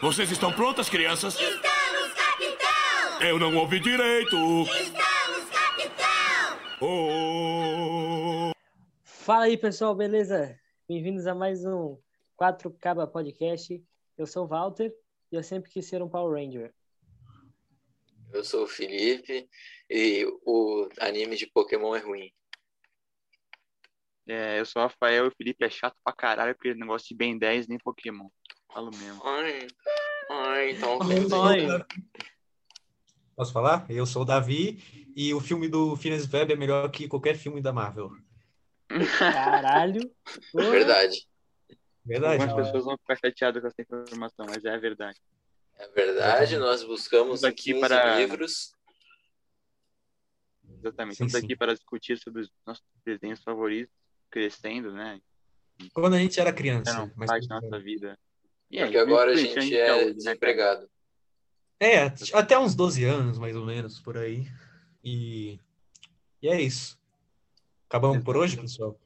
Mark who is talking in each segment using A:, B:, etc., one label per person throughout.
A: Vocês estão prontas, crianças?
B: Estamos, capitão!
A: Eu não ouvi direito.
B: Estamos, capitão!
A: Oh.
C: Fala aí, pessoal, beleza? Bem-vindos a mais um 4 Caba Podcast. Eu sou o Walter e eu sempre quis ser um Power Ranger.
D: Eu sou o Felipe e o anime de Pokémon é ruim.
E: É, eu sou o Rafael e o Felipe é chato pra caralho, porque negócio de Ben 10 nem Pokémon. Falo mesmo.
D: Ai, ai, então.
C: Oi.
F: Posso falar? Eu sou o Davi e o filme do Phineas e Webb é melhor que qualquer filme da Marvel.
C: Caralho.
D: É Verdade,
F: Verdade?
E: Algumas pessoas vão ficar chateadas com essa informação, mas é a verdade.
D: é verdade. Nós buscamos
E: Vamos aqui
D: 15
E: para-
D: livros.
E: Exatamente.
F: Sim,
E: Estamos
F: sim.
E: aqui para discutir sobre os nossos desenhos favoritos, crescendo, né?
F: Quando a gente era
E: Não,
F: criança. Mas...
E: parte da nossa vida. E é,
D: Porque agora a
E: isso
D: gente
E: tá
D: é
E: hoje, né, cara?
D: desempregado.
F: É, t- até uns 12 anos, mais ou menos, por aí. E, e é isso. Acabamos por hoje, pessoal?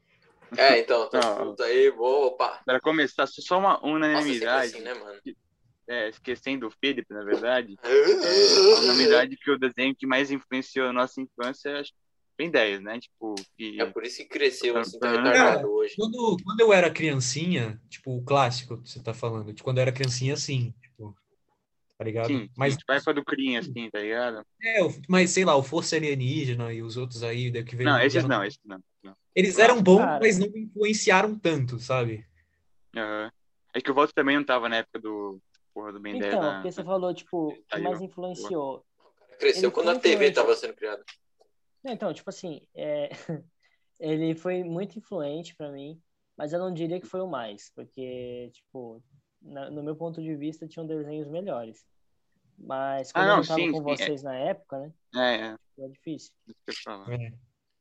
D: É, então, tá
E: Não.
D: junto aí, boa, opa.
E: Para começar, só uma
D: Nossa, sempre
E: unanimidade,
D: assim, né, mano?
E: é, esquecendo o Felipe, na verdade,
D: É,
E: É, a unanimidade que o desenho que mais influenciou a nossa infância, acho que Ben 10, né? Tipo, que
D: É por isso que cresceu assim, tá
E: Cara,
D: retardado hoje.
F: Quando, quando eu era criancinha, tipo, o clássico que você tá falando, de quando eu era criancinha, sim. Tipo, tá ligado?
E: Sim, tipo, é
F: mas,
E: mas vai pra do Crin, assim, tá ligado?
F: é, o- mas sei lá, o Força Alienígena e os outros aí, daí que veio.
E: Não, esses não, esses não. não.
F: Eles eram bons,
C: Cara.
F: mas não influenciaram tanto, sabe?
E: Aham. É que o Walter também não tava na época do porra do Ben 10.
C: Então,
E: né?
C: porque você falou, tipo, o que
E: Tá Aí,
C: mais
E: ó.
C: influenciou.
D: Cresceu
C: Ele
D: quando a
C: foi
D: TV
C: influente.
D: tava sendo criada.
C: Não, Então, tipo assim, é, ele foi muito influente pra mim, mas eu não diria que foi o mais, porque, tipo, na- no meu ponto de vista, tinham desenhos melhores. Mas como
E: Ah,
C: eu
E: não,
C: não tava
E: sim,
C: com
E: sim, é.
C: vocês na época, né,
E: É, é,
C: era difícil.
E: isso que eu ia falar.
F: É.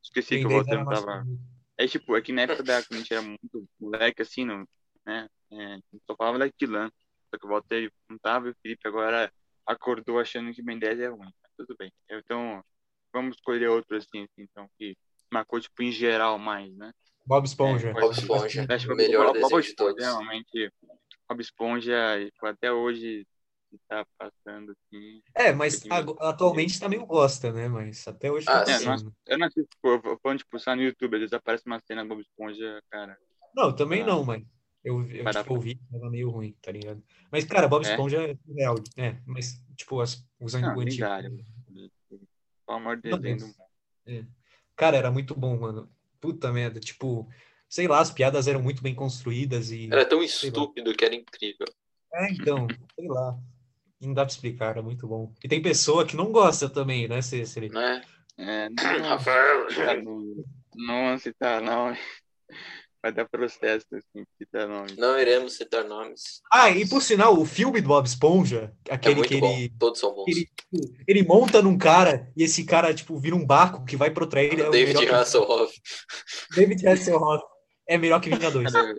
E: Esqueci que o
F: Quem dera
E: Walter
F: era
E: Ah, não
F: nosso-
E: tava. É tipo, é que na época da quando a gente era muito moleque, assim, não, né? É, a gente só falava daquilo, né? Só que o Walter não tava e o Felipe agora acordou achando que Ben 10 é ruim. Mas Tudo bem. Então, vamos escolher outro, assim, então, que marcou, tipo, em geral mais, né?
F: Bob Esponja.
E: É,
D: Bob Esponja,
E: Acho que
D: o melhor
E: Bob- Bob
D: desenho de
E: Esponja,
D: todos.
E: Realmente, Bob Esponja, tipo, até hoje, tá passando, assim.
F: É, mas
E: Sim.
F: ago- atualmente tá meio bosta, né? Mas até hoje
D: Ah,
F: tá
E: sim.
F: passando.
E: Eu não assisto, tipo, eu vou falando, tipo, só no YouTube, às vezes aparece uma cena Bob Esponja, cara.
F: Não, também
E: Ah.
F: não, mas eu, eu
E: Parar
F: tipo, ouvi, tava meio ruim, tá ligado? Mas, cara, Bob
E: É?
F: Esponja é real, é, mas, tipo, as, os
E: Não,
F: antigos.
E: lendário. Qual o maior
F: Não,
E: desenho do
F: mas-
E: mundo?
F: Cara, era muito bom, mano. Puta merda, tipo, sei lá, as piadas eram muito bem construídas e.
D: Era tão estúpido que era incrível.
F: É, então, sei lá. Não dá pra explicar, era muito bom. E tem pessoa que não gosta também, né, Cecily?
D: Né?
E: É,
D: Rafael,
E: não, não citar nome. Vai dar processo, assim, citar nome.
D: não iremos citar nomes.
F: Ah, e por sinal, o filme do Bob Esponja,
D: É
F: aquele que
D: muito
F: ele.
D: bom, todos são bons.
F: ele, tipo, ele monta num cara e esse cara, tipo, vira um barco que vai pro trailer. É o
D: David
F: melhor
D: Hasselhoff.
F: que... David Hasselhoff. É melhor que Vingadores.
E: Cara,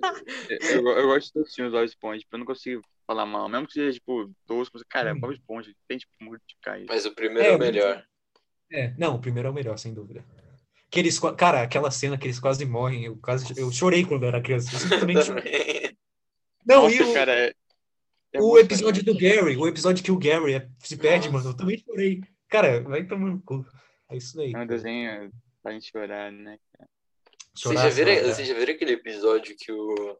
E: eu, eu, eu gosto de todos os filmes do Bob Esponja, tipo, eu não consigo falar mal. Mesmo que seja, tipo, tosco, mas, cara,
F: Hum.
E: Bob Esponja, tem, tipo, multiplicar isso.
D: Mas o primeiro
F: É,
D: é o
F: muito
D: melhor.
F: É, não, o primeiro é o melhor, sem dúvida. Que eles, qua- cara, aquela cena que eles quase morrem, eu quase eu chorei quando eu era criança. Eu simplesmente chorei.
D: Também.
F: Não,
E: Nossa,
F: e o,
E: cara, é- é
F: o
E: muito
F: episódio do Gary, o episódio que o Gary é- se perde,
D: Nossa.
F: mano, eu também chorei. Cara, vai tomar no cu. É isso daí.
E: É um desenho pra gente chorar, né?
D: Vocês
F: Chorar,
D: já, viram,
F: chorar.
D: vocês já viram aquele episódio que o-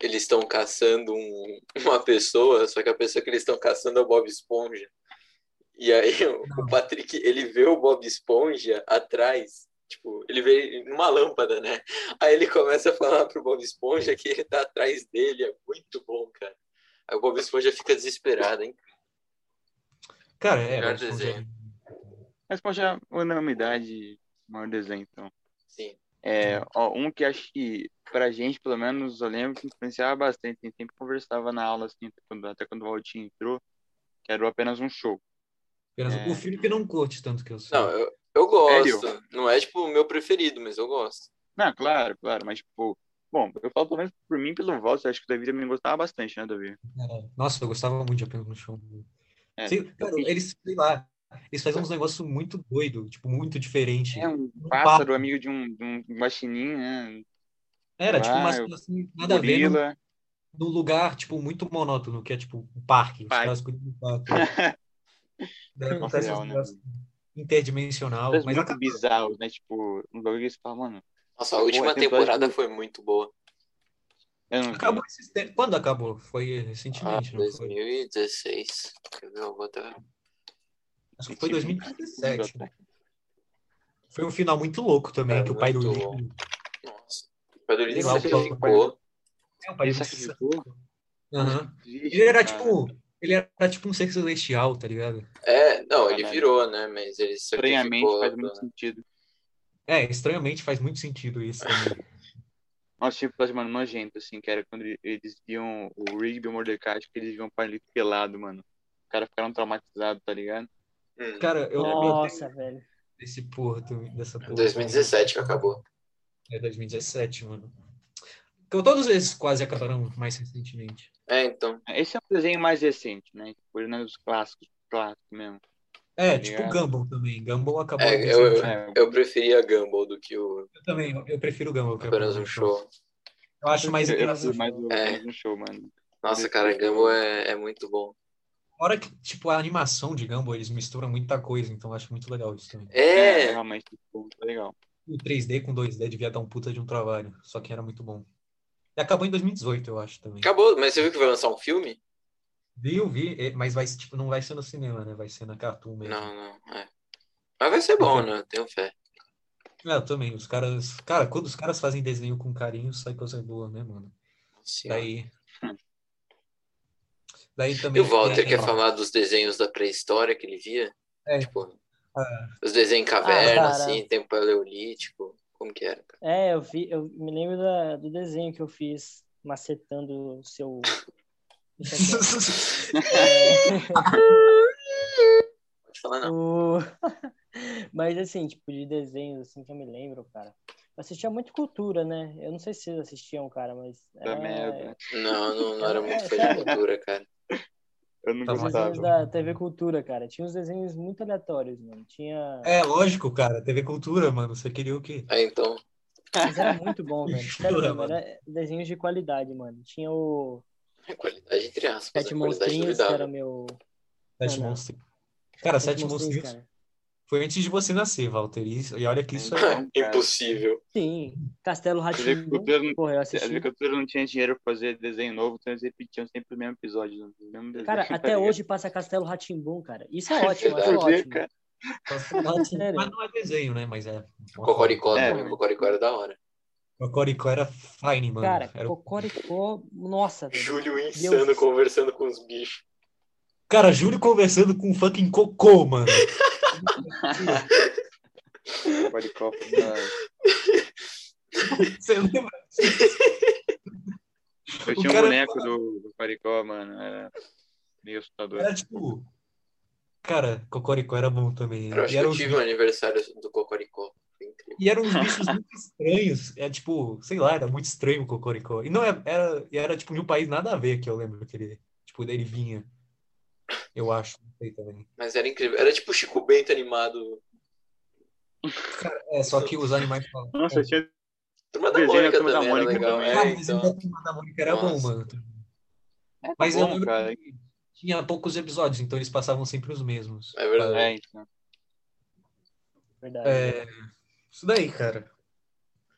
D: eles estão caçando um- uma pessoa, só que a pessoa que eles estão caçando é o Bob Esponja. E aí o, o Patrick, ele vê o Bob Esponja atrás, tipo, ele vê numa lâmpada, né? Aí ele começa a falar pro Bob Esponja que ele tá atrás dele, é muito bom, cara. Aí o Bob Esponja fica desesperado, hein?
F: Cara, é,
D: Melhor
F: Bob Esponja.
D: desenho.
E: Mas, poxa, é unanimidade, maior desenho, então.
D: Sim.
E: É, ó, um que acho que pra gente, pelo menos, eu lembro que influenciava bastante. A gente sempre conversava na aula, assim, quando- até quando o Valtinho entrou, que era o apenas um show.
F: Apenas-
E: É.
F: O Felipe não curte tanto que eu sei.
D: Não, eu, eu gosto. Não é, tipo, o meu preferido, mas eu gosto.
E: Não, claro, claro, mas tipo, bom, eu falo pelo menos por mim, e pelo Valter, acho que o Davi também gostava bastante, né, Davi?
F: É, Nossa, eu gostava muito de Apenas no Show.
E: É,
F: Sei- cara,
E: fiz-
F: eles, sei lá, eles fazem uns negócios muito doido, tipo, muito diferente.
E: É um
F: Um
E: pássaro amigo de um, de um guaxinim, né?
F: Era, tipo,
E: Ah,
F: umas
E: eu-
F: coisas assim, nada a ver,
E: Gorila.
F: num lugar, tipo, muito monótono, que é tipo um parque. Os
E: Parque.
F: caras cuidam do parque. Daí acontece
E: Real,
F: uns
E: né?
F: negócios interdimensional.
E: Coisas
F: Mas
E: muito
F: acaba-
E: bizarro, né? Tipo, um bagulho que você fala, mano,
D: Nossa, a última
E: é temporada
D: temporada foi muito boa.
E: eu não vi.
F: acabou esses tempos. Quando acabou? Foi
D: Ah,
F: recentemente, não foi?
D: 2016. Quer ver? Eu vou até.
F: Acho que foi 2017. Foi um final muito louco também,
D: né? É,
F: que o pai do
D: muito
F: Link.
D: louco. Nossa. O Pedro Lima
F: Legal,
D: sacrificou.
F: É, o pai
E: Ele
F: do Link.
E: sacrificou?
F: Aham.
E: Triste,
F: Ele era
E: cara.
F: tipo. Ele era tipo um ser celestial, tá ligado?
D: É, não, ele
E: Caralho.
D: virou, né? Mas ele
E: Estranhamente
D: sacrificou.
E: faz
D: né?
E: muito sentido.
F: É, estranhamente faz muito sentido isso também.
E: Nossa, tinha um episódio, mano, nojento, assim, que era quando eles viam o Rigby e o Mordecai, acho que eles viam o palito pelado, mano. Os caras ficaram traumatizados, tá ligado?
D: Hum,
F: Cara, eu lembro
C: Nossa, velho.
F: desse porra, do- dessa porra.
D: 2017 que acabou.
F: É 2017, mano. Então, todos esses quase acabaram mais recentemente.
D: É, então.
E: Esse é um desenho mais recente, né? Tipo, ele não é dos clássicos, clássico mesmo.
F: É,
E: Tá
F: tipo o
E: ligado?
F: Gumball também. Gumball acabou.
D: É,
F: em
D: eu-
F: 2017.
E: É,
D: Eu preferia Gumball do que o
F: Eu também, eu prefiro o Gumball. que é
D: apenas um
F: Gumball.
D: show.
F: Eu acho mais
E: eu, eu
F: engraçado.
E: preciso mais do-
D: É.
E: mais um show, mano.
D: Nossa, cara, Gumball é, é muito bom.
F: Fora que, tipo, a animação de Gumball, eles misturam muita coisa, então eu acho muito legal isso também.
D: É!
E: realmente, tipo, tá legal.
F: O 3D com 2D devia dar um puta de um trabalho, só que era muito bom. E acabou em 2018, eu acho também.
D: Acabou, mas você viu que vai lançar um filme?
F: Vi, eu vi, é, mas vai, tipo, não vai ser no cinema, né? Vai ser na Cartoon mesmo.
D: Não, não. É. Mas vai ser bom, né? Eu tenho fé.
F: É, eu também, os caras... Cara, quando os caras fazem desenho com carinho, sai coisa boa, né, mano?
D: Sim.
F: Daí... Daí
D: E
F: também...
D: o Walter quer
F: é,
D: falar dos desenhos da pré-história que ele via?
F: É.
D: Tipo,
F: Ah.
D: os desenhos em caverna,
C: Ah, cara.
D: assim, tempo paleolítico. Como que era, cara?
C: É, eu vi, eu me lembro da- do desenho que eu fiz macetando o seu.
D: Pode falar, não.
C: O- Mas assim, tipo, de desenhos assim que eu me lembro, cara. Eu assistia muito cultura, né? Eu não sei se vocês assistiam, cara, mas.
E: Da
C: é,
E: merda. né?
D: Não, não, não era muito fã de
C: Sério?
D: cultura, cara.
E: Eu não
F: Tá
C: Os
F: bom.
E: gostava.
C: desenhos da TV Cultura, cara. Tinha uns desenhos muito aleatórios, mano. Tinha.
F: É, lógico, cara, TV Cultura, mano, você queria o quê?
D: É, então.
C: Mas era muito bom, velho. Sério,
F: Jura,
C: mesmo, era desenhos de qualidade, mano. Tinha o
D: É qualidade entre aspas,
C: Sete
D: é qualidade
C: Monstrinhos, que era
D: duvidável.
C: meu.
F: Sete
C: Não, não.
F: Monstrinhos. Cara, Sete Monstrinhos
C: cara.
F: foi antes de você nascer, Walter, e isso- e olha que isso é...
E: Não, cara.
D: Impossível.
C: Sim. Castelo
E: TV
C: Rá-Tim-Bum.
E: Cultura não-
C: Porra, eu
E: A
C: assisti.
E: agricultura não tinha dinheiro pra fazer desenho novo, então eles repetiam sempre o mesmo episódio. o mesmo desenho,
C: Cara,
E: tá
C: até
E: ligado?
C: hoje passa Castelo Rá-Tim-Bum, cara. Isso é ótimo, isso é
E: Podia,
C: ótimo.
E: cara.
C: Sério.
F: Mas não é desenho, né? Mas é.
D: Cocoricó
E: É.
D: também, Cocoricó era da hora.
F: Cocoricó era fine, mano.
C: Cara,
F: Era o-
C: Cocoricó, nossa, velho.
D: Júlio
C: insano Deus.
D: conversando com os bichos.
F: Cara, Júlio conversando com fucking cocô, mano.
E: Cocoricó, mano.
F: Você lembra?
E: Eu
F: O
E: tinha um
F: cara-
E: boneco do, do Cocoricó, mano. Era meio assustador.
F: Era tipo. Cara, Cocoricó era bom também.
D: Eu acho
F: E
D: que
F: eram,
D: eu
F: uns...
D: tive um aniversário do Cocoricó. Foi incrível.
F: e eram uns bichos muito estranhos. É tipo, sei lá, era muito estranho o Cocoricó. E não é- era, e era tipo de um país nada a ver que eu lembro que ele. Tipo, ele vinha. Eu acho, não sei também.
D: Mas era incrível. Era tipo Chico Bento animado.
F: É, só que os animais falavam.
E: Nossa, eu tinha
D: Turma da
E: Desenho da
D: Mônica
E: Turma da
D: também era
E: Mônica
D: legal.
E: também.
D: É,
F: Ah, mas
D: então.
F: ainda Turma da Mônica era bom,
D: Nossa.
F: mano.
E: É,
F: Mas eu
E: bom,
F: lembro
E: cara.
F: que tinha poucos episódios, então eles passavam sempre os mesmos.
D: É verdade.
E: É, então.
C: Verdade.
F: É, isso daí, cara.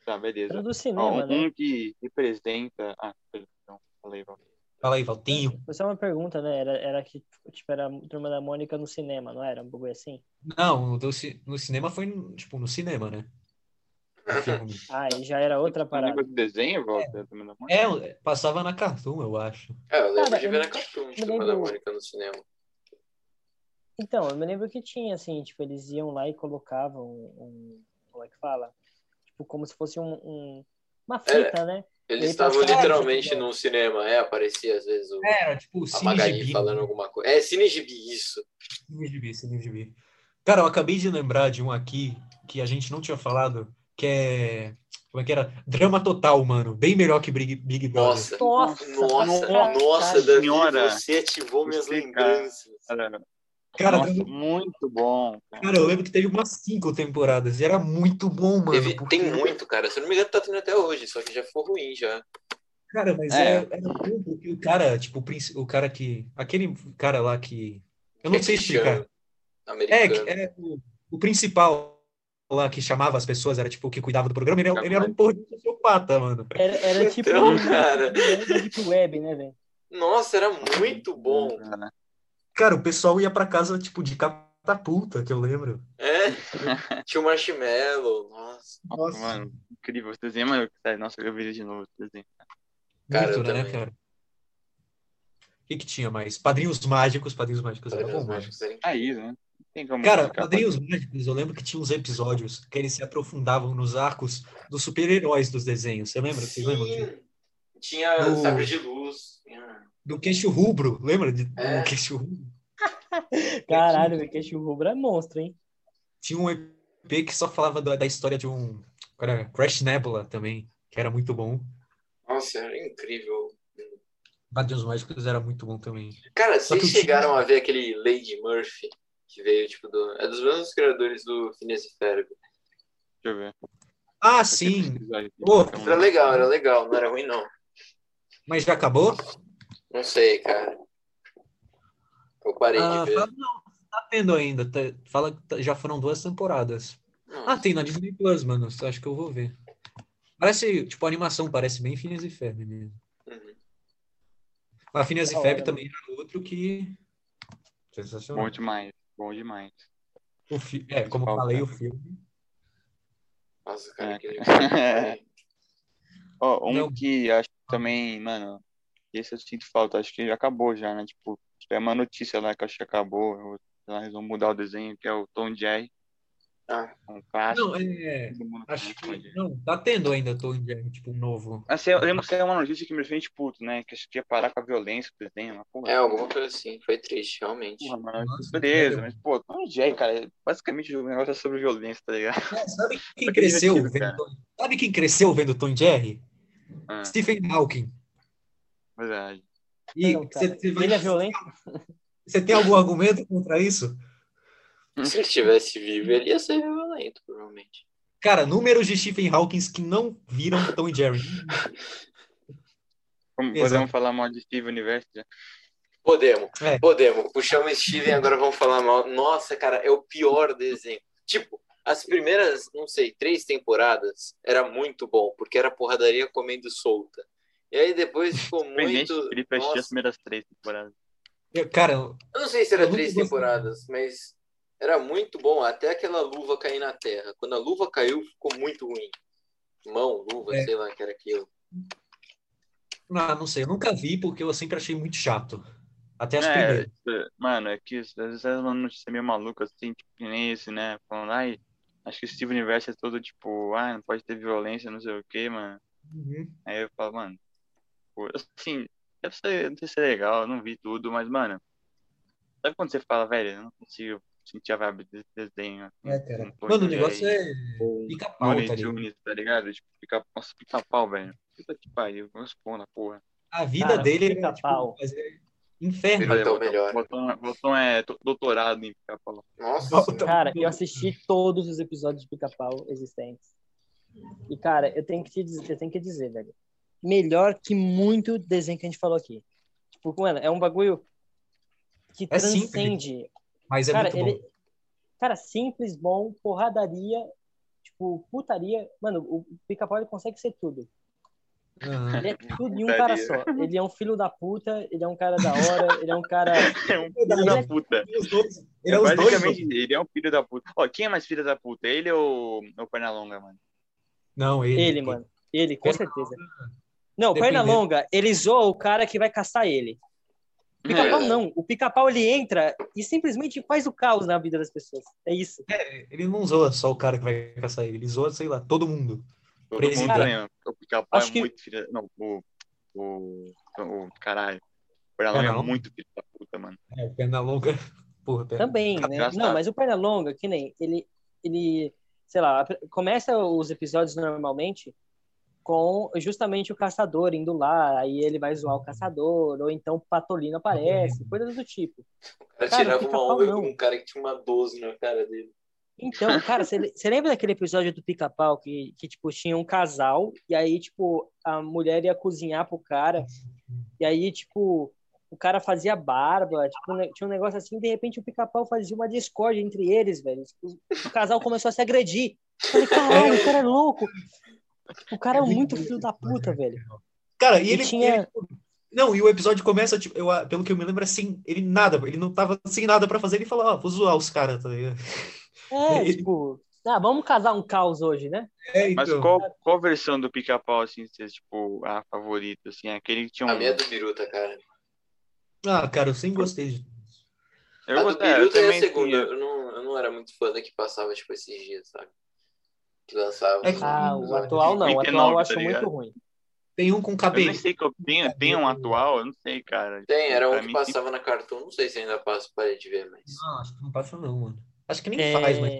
E: Tá, beleza.
C: Era do
E: Ó,
C: cinema, né?
E: um que representa. Ah, perdão, falei, Val.
F: Fala aí, Valtinho.
C: Foi só uma pergunta, né? Era, era que, tipo, era a Turma da Mônica no cinema, não era? Um bagulho assim?
F: Não, do ci- no cinema foi, no- tipo, no cinema, né? O filme.
C: Ah, e já era outra
E: Você
C: parada.
E: lembra do desenho, Walter? É. Turma da Mônica?
F: É, passava na Cartoon, eu acho.
D: É, eu lembro
C: Cara,
D: de
C: eu
D: ver
C: não-
D: na Cartoon
C: eu
D: Turma da
C: lembro-
D: Mônica no cinema.
C: Então, eu me lembro que tinha, assim, tipo, eles iam lá e colocavam um. Como é que fala? Tipo, como se fosse um. um- uma fita, né?
D: Eles
C: Ele
D: estavam
C: passava,
D: literalmente
C: né?
D: num cinema, é, aparecia às vezes o,
F: Era, tipo, o
D: a
F: Cine
D: Magali
F: Gibi.
D: falando alguma coisa. É, Cine Gibi, isso.
F: Cine Gibi, Cine Gibi. Cara, eu acabei de lembrar de um aqui que a gente não tinha falado, que é... Como é que era? Drama Total, mano. Bem melhor que Big, Big Brother.
D: Nossa,
C: Nossa,
D: nossa,
C: cara.
D: nossa, Davi,
E: Senhora.
D: você ativou minhas
F: tá
E: Você, cara.
D: lembranças.
E: Cara,
F: Cara, um-
E: nossa,
F: eu-
E: muito bom. Cara.
F: cara, eu lembro que teve umas cinco temporadas e era muito bom, mano.
D: Teve-
F: porque-
D: Tem muito, cara. Se eu não me engano, tá tendo até hoje, só que já ficou ruim já.
F: Cara, mas
E: É.
F: é, era tudo que o cara, tipo, o, princi- o cara que. Aquele cara lá que. Eu não sei explicar. É,
D: Americano.
F: que é o, o principal lá que chamava as pessoas, era tipo o que cuidava do programa, ele, é- ele era um porra de sociopata, mano.
C: Era, era tipo
D: Então,
C: um-
D: cara.
C: um deep web, né, velho?
D: Nossa, era muito bom.
F: Cara, o pessoal ia pra casa, tipo, de catapulta, que eu lembro.
D: É. Tinha o Marshmallow. Nossa.
E: Nossa,
F: Nossa,
E: mano, incrível. Esse desenho, é mano, sério, nossa, eu vi de novo esse desenho.
D: Cara, eu
F: muito, né,
D: também.
F: cara? O que que tinha mais? Padrinhos Mágicos, Padrinhos Mágicos era
D: Padrinhos
F: bom, mano.
D: Mágicos era
E: Aí, né? Não Tem como
F: Cara,
E: explicar,
F: Padrinhos Mágicos, eu lembro que tinha uns episódios que eles se aprofundavam nos arcos dos super-heróis dos desenhos. Você lembra? Vocês lembram? disso?
D: Sim. Tinha
F: Do-
D: sabre de luz. Tinha-
F: Do queixo rubro, lembra? De,
D: É.
F: Do queixo rubro.
C: Caralho, velho, Queixo Rubro é monstro, hein?
F: Tinha um EP que só falava da, da história de um. Cara, Crash Nebula também, que era muito bom.
D: Nossa, era incrível.
F: Padrinhos Mágicos era muito bom também.
D: Cara,
F: Só
D: vocês
F: que o-
D: chegaram a ver aquele Lady Murphy que veio, tipo, do. É dos mesmos criadores do Phineas e Ferb.
E: Deixa eu ver.
F: Ah,
E: Acho que eu
F: sim!
E: preciso aqui.
F: Pô,
E: Então,
D: Era legal, era legal, não era ruim, não.
F: Mas já acabou?
D: Não sei, cara. Eu parei
F: Ah,
D: de ver.
F: fala- não, tá tendo ainda. tá- Fala que tá- já foram duas temporadas. Ah,
D: Nossa.
F: tem na Disney Plus, mano. Acho que eu vou ver. Parece, tipo, a animação parece bem Phineas e Ferb mesmo.
D: Uhum.
F: A Phineas e
D: É,
C: Da
F: Ferb
C: hora,
F: também era outro que. Sensacional.
E: Bom demais, bom demais.
F: O fi- É, como eu
E: Qual,
F: falei,
D: né?
E: cara?
F: o filme.
D: Nossa, cara,
E: É.
D: que
E: Ó, um
F: Não.
E: que acho que também, mano, esse eu sinto falta, acho que acabou já, né? Tipo, é uma notícia lá que eu acho que acabou, eu, sei lá, eles vão mudar o desenho, que é o Tom Jerry.
D: Ah.
E: É Um clássico.
F: Não, é.
E: todo mundo
F: Acho
E: conhece Tom
F: que.
E: Jerry.
F: Não, tá tendo ainda Tom e Jerry, tipo, um novo.
E: Assim, eu lembro que era uma notícia que me fez puto, né? Que acho que ia parar com a violência do desenho, uma porra.
D: É, alguma coisa assim. Foi triste, realmente.
E: Porra, mano,
F: Nossa,
E: beleza,
F: velho.
E: mas pô, Tom Jerry, cara, basicamente o negócio é sobre violência, tá ligado?
F: Não, É, sabe quem
E: Aquele
F: cresceu
E: vestido,
F: vendo.
E: cara.
F: Tom- Sabe quem cresceu vendo Tom e Jerry?
E: Ah.
F: Stephen Hawking.
E: Verdade.
F: E
C: Não, cara.
F: você você vai-
C: Ele é violento?
F: você tem algum argumento contra isso?
D: Se ele estivesse vivo, ele ia ser violento, provavelmente.
F: Cara, números de Stephen Hawking que não viram Tom e Jerry.
E: Como-
F: Exato.
E: Podemos falar mal de né? Steve Universo já?
D: Podemos,
F: É.
D: podemos. Puxamos o Steven, agora vamos falar mal. Nossa, cara, é o pior desenho. Tipo, as primeiras, não sei, três temporadas era muito bom, porque era porradaria comendo solta. E aí depois ficou
E: Independente,
D: muito.
E: Felipe assistiu as
D: Nossa.
E: primeiras três temporadas.
F: Eu- cara,
D: Eu não sei se era
F: Eu nunca
D: três
F: gostei.
D: temporadas, mas era muito bom até aquela luva cair na terra. Quando a luva caiu, ficou muito ruim. Mão, luva,
F: É.
D: sei lá o que era aquilo.
F: ah, não, não sei, eu nunca vi porque eu sempre achei muito chato. Até as
E: É,
F: primeiras.
E: isso, mano, é que isso, às vezes é uma notícia meio maluca, assim, tipo, que nem esse, né? Falando, ai, acho que o Steve Universo é todo tipo, ah, não pode ter violência, não sei o quê, mano.
F: Uhum.
E: Aí eu falo, mano, pô, assim, deve ser, não sei se é legal, eu não vi tudo, mas, mano, sabe quando você fala, velho, eu não consigo sentir a vibe desse desenho, assim,
F: É, cara.
E: não tô
F: Mano, o
E: indo
F: negócio
E: aí.
F: é pica-pau,
E: Looney
F: tá ligado?
E: Tunes, tá ligado? Tipo, pica, nossa, pica-pau, velho. tipo, Puta que pariu, vamos pôr na porra.
F: A vida
C: Cara,
F: dele era,
C: pica-pau.
F: tipo, fazer inferno.
E: é
D: Então, melhor.
E: Botão, botão é do- doutorado em pica-pau.
D: Nossa,
F: Volta.
C: Cara, eu assisti todos os episódios de Pica-Pau existentes. E, cara, eu tenho que te dizer, eu tenho que dizer, velho. Melhor que muito desenho que a gente falou aqui. Tipo, mano, é um bagulho que
F: É simples.
C: transcende.
F: Mas é
C: cara,
F: muito bom.
C: ele. Cara, simples, bom, porradaria, tipo, putaria. Mano, o pica-pau ele consegue ser tudo.
F: Aham.
C: Ele é tudo em um cara
E: Putaria.
C: só. Ele é um filho da puta, ele é um cara da hora, ele é né? um cara.
E: É um filho da puta.
F: Ele é os dois. Ele
E: É
F: é os dois.
E: basicamente, ele é um filho da puta. Ó, quem é mais filho da puta? Ele ou o Pernalonga, mano?
F: Não, ele.
C: Ele, mano. Ele, com
F: Perna
C: certeza. Não,
F: Dependendo.
C: perna longa, ele zoa o cara que vai caçar ele. O pica-pau
D: É.
C: não. O pica-pau ele entra e simplesmente faz o caos na vida das pessoas. É isso.
F: Ele não zoa só o cara que vai caçar ele. Ele zoa, sei lá, todo mundo.
E: Todo mundo
F: Presidente. Cara,
E: lembra. O pica-pau é
C: acho que-
E: muito filho da... Não, o... O... o caralho. O Pernalonga é
F: Pernalonga?
E: muito filho da puta, mano.
F: É, perna longa. Porra, perna.
C: Também, né?
E: Engraçado.
C: Não, mas o perna longa, que nem ele, ele, sei lá, começa os episódios normalmente com justamente o caçador indo lá, aí ele vai zoar o caçador, ou então o Patolino aparece, coisas do tipo.
D: cara,
C: cara,
D: tirava
C: fica
F: então tá
D: uma onda
C: falando.
D: com um cara que tinha uma 12 na cara dele.
C: Então, cara, você lembra daquele episódio do Pica-Pau que, que, tipo, tinha um casal e aí, tipo, a mulher ia cozinhar pro cara e aí, tipo, o cara fazia barba, tipo, ne- tinha um negócio assim, de repente o Pica-Pau fazia uma discórdia entre eles, velho. O, o casal começou a se agredir. Eu Falei, caralho, o cara é louco. O cara é muito filho da puta, velho.
F: Cara, e
C: E
F: ele,
C: tinha-
F: ele- Não, e o episódio começa, tipo, eu, pelo que eu me lembro, é sem ele nada, ele não tava sem nada pra fazer, ele fala, ó, vou zoar os caras, tá ligado?
C: É, tipo, ah, vamos casar um caos hoje, né?
F: É,
E: Mas
F: então.
E: qual, qual versão do pica-pau, assim, vocês, tipo, a favorita, assim? é Aquele que tinha um...
D: A minha é do Biruta, cara.
F: Ah, cara, eu sempre gostei de.
E: Eu
D: a do
E: gostei, eu
D: Biruta é a
E: também
D: segunda.
E: tinha.
D: Eu não, eu não era muito fã da que passava, tipo, esses dias, sabe? Que lançava. um
F: É
D: os-
F: que-
C: Ah,
D: os
C: o
D: áudios.
C: atual não, o atual
E: 89,
C: eu
E: um tá
C: acho muito
E: ligado?
C: ruim.
F: Tem um com
E: Eu nem
F: cabelo.
E: sei qual tem, tem um atual, eu não sei, cara.
D: Tem, era
E: Pra
D: um que
E: mim,
D: passava na Cartoon, não sei se ainda passa, parei de ver, mas.
F: Não, Ah, acho que não passa não, mano. Acho que nem
C: É...
F: faz, mas.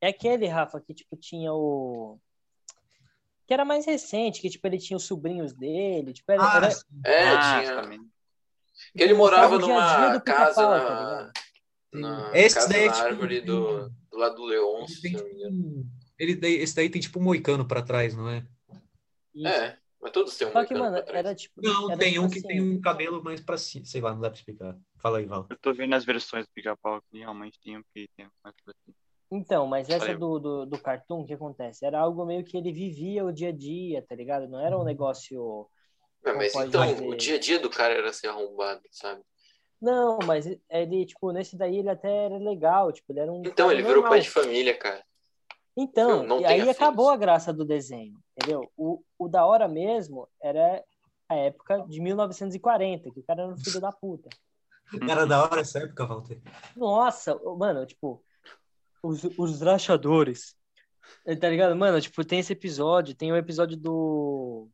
C: é aquele, Rafa, que tipo tinha o que era mais recente, que tipo ele tinha os sobrinhos dele, tipo era,
F: Ah,
C: era-
F: sim.
D: É,
E: Ah,
D: tinha.
E: também.
D: Que ele
C: mostrava
D: morava
C: o dia a dia
D: numa
C: do pica-pau,
D: casa
C: tá
D: na,
C: ligado?
D: na
F: Esse
D: casa
F: daí é
D: na
F: tipo-
D: árvore do, do lado do Leon,
F: Ele
D: se
F: tem
D: não me
F: tipo
D: engano.
F: um- ele daí- esse daí tem tipo um moicano pra trás, não é?
C: Isso.
D: É, mas todos têm um
C: Só que,
D: moicano
C: mano,
D: pra trás.
C: era tipo.
F: Não,
C: era,
F: tem
C: tipo,
F: um que tem
C: assim,
F: um cabelo mais pra cima. Sei lá, não dá pra explicar. Fala aí, Val.
E: Eu tô vendo as versões do pica-pau que realmente tem um que tem uma coisa assim.
F: um.
C: Então, mas essa
E: Valeu.
C: do, do, do cartoon, o que acontece? Era algo meio que ele vivia o dia a dia, tá ligado? Não
D: Uhum.
C: era um negócio.
D: Ah, mas
C: pode
D: então,
C: dizer.
D: o dia a dia do cara era ser arrombado, sabe?
C: Não, mas ele, tipo, nesse daí ele até era legal, tipo, ele era um.
D: Então,
C: cara
D: ele virou pai
C: normal.
D: de família, cara.
C: Então,
D: Não- não
C: e
D: tem
C: aí
D: afins.
C: acabou a graça do desenho, entendeu? O, o da hora mesmo era a época de 1940, que o cara era um filho da puta.
E: Uhum.
F: Era da hora essa época, Walter.
C: Nossa, mano, tipo, os, os rachadores. Tá ligado? Mano, tipo, tem esse episódio, tem o episódio do.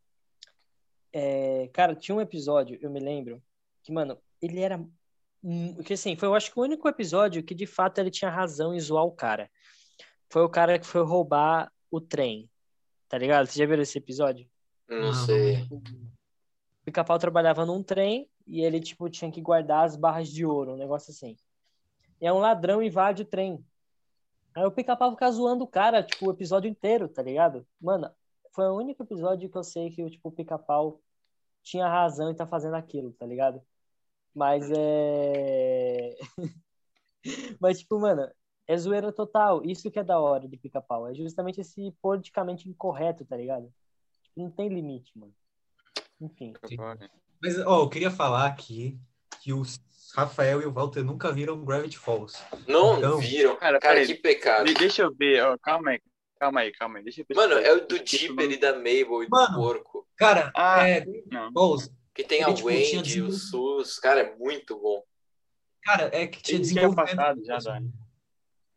C: É, cara, tinha um episódio, eu me lembro, que, mano, ele era. hum, Que assim, foi eu acho que o único episódio que de fato ele tinha razão em zoar o cara. Foi o cara que foi roubar o trem. Tá ligado? Vocês já viram esse episódio?
D: Não,
C: Ah,
F: Não.
D: sei.
C: O Pica-Pau trabalhava num trem e ele, tipo, tinha que guardar as barras de ouro, um negócio assim. E aí um ladrão invade o trem. Aí o Pica-Pau fica zoando o cara, tipo, o episódio inteiro, tá ligado? Mano, foi o único episódio que eu sei que, tipo, o Pica-Pau tinha razão e tá fazendo aquilo, tá ligado? Mas é... Mas, tipo, mano, é zoeira total. Isso que é da hora do Pica-Pau. É justamente esse politicamente incorreto, tá ligado? Tipo, Não tem limite, mano. Enfim.
E: Pica-pau, né?
F: Mas, ó, eu queria falar aqui que o Rafael e o Walter nunca viram Gravity Falls.
D: Não
F: Então-
D: viram.
E: Cara,
D: Cara,
E: peraí.
D: que pecado.
E: De- deixa eu ver, ó, calma aí, calma aí, calma aí. Deixa eu ver
D: Mano,
E: se-
D: é o do
E: esqueci o
D: Dipper e da Mabel e do
F: Mano.
D: Porco.
F: Cara,
E: Ah,
F: é,
E: nome,
F: Balls,
D: Que tem a
F: Ele, tipo, tinha
D: Wendy, o
F: desenvolvido-
D: Sus. Cara, é muito bom.
F: cara, é que tinha
E: Ele tinha
F: desenvolvimento.
E: passado já, Dani.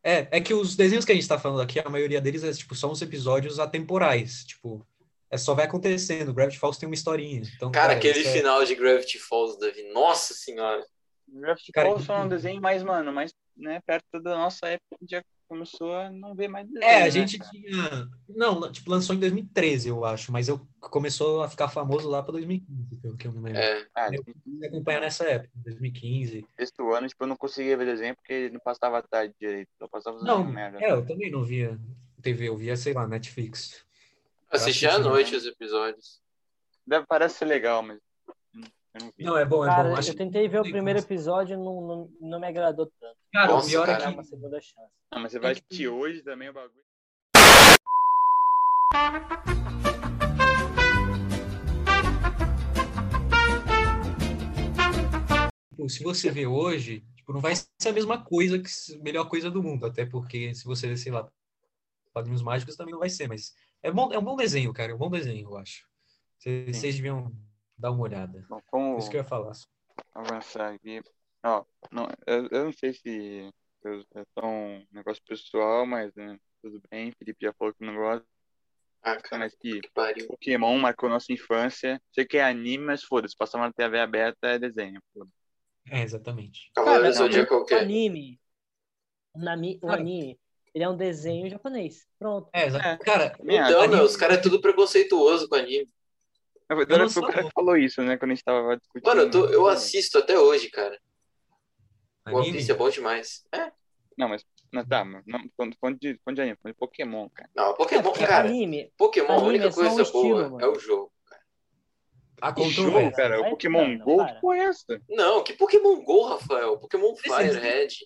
F: É, é que os desenhos que a gente tá falando aqui, a maioria deles é, tipo, são uns episódios atemporais, tipo, é só vai acontecendo, Gravity Falls tem uma historinha, então,
D: Cara,
F: cara,
D: aquele
F: isso é-
D: final de Gravity Falls, Davi. Nossa senhora.
E: não. Draft
F: Cara,
E: Falls
F: que-
E: foi um desenho mais, mano, mais né, perto da nossa época, a gente já começou a não ver mais desenho,
F: É, a
E: né,
F: gente
E: cara?
F: tinha, não, tipo, lançou em 2013, eu acho, mas eu começou a ficar famoso lá pra 2015, pelo que eu me lembro.
D: É.
E: Ah,
F: Eu comecei a acompanhar nessa época, 2015.
E: sexto ano, tipo, eu não conseguia ver desenho porque não passava a tarde direito, só passava os
F: Não,
E: desenhos Ah, merda.
F: é, eu também não via TV, eu via, sei lá, Netflix.
D: Assisti à
F: assisti,
D: noite
E: né?
D: os episódios.
E: Deve, parece ser legal, mas eu não- eu não vi.
F: Não, é bom, é
C: Cara,
F: bom. Acho
C: eu tentei ver o
F: tem
C: primeiro
F: como.
C: episódio, não, não, não me agradou tanto.
F: Cara,
D: Nossa,
F: o pior é
D: cara.
C: Dá
F: que
C: uma segunda chance.
E: Ah, mas você vai
F: É que-
E: assistir hoje também o bagulho.
F: tipo, se você vê hoje, tipo, não vai ser a mesma coisa que s- melhor coisa do mundo, até porque se você vê, sei lá, Padrinhos Mágicos também não vai ser, mas é bom, é um bom desenho, cara, é um bom desenho, eu acho. Cê-
E: Sim.
F: Vocês deviam dar uma olhada.
E: Bom, como
F: Isso que eu ia falar.
E: avançar aqui. Ó, não, eu, eu não sei se eu- é só um negócio pessoal, mas né, tudo bem. Felipe já falou que não gosta,
D: Ah, cara,
E: mas que
D: que pariu.
E: Pokémon marcou nossa infância. Sei que é anime, mas foda-se, passava na TV aberta é desenho. foda-se.
F: É, exatamente.
D: Cavaleiro
E: Cara,
D: do
E: não,
D: Zodíaco é o
C: O
D: quê?
C: um anime, o nami- o
F: Cara.
C: anime, ele é um desenho japonês. Pronto.
F: É, exa- Cara,
E: Também
C: um
E: acho.
D: Então,
F: anime-
D: meu, os caras é tudo preconceituoso com anime.
E: Na verdade,
F: Eu não
E: foi o
F: sou
E: cara
F: bom.
E: que falou isso, né, quando a gente tava discutindo.
D: Mano, eu, tô- eu
E: Né?
D: assisto até hoje, cara. O One
F: Uhum. anime?
D: Piece é bom demais. É,
E: Não, mas Não, tá, mas não, falando falando de, falando de anime, falando de Pokémon, cara.
D: Não,
C: É,
D: Pokémon,
C: porque
D: cara,
C: anime.
D: Pokémon, a
C: anime
D: única
C: é só um
D: coisa
C: estilo,
D: boa
C: mano.
D: é o jogo.
F: A
E: Que
F: controvérsia.
E: jogo, cara? O
C: Vai,
E: Pokémon
C: cara,
E: Go?
C: para.
E: Que porra é essa?
D: Não, que Pokémon Go, Rafael? Pokémon
F: Precisa.
D: Firehead.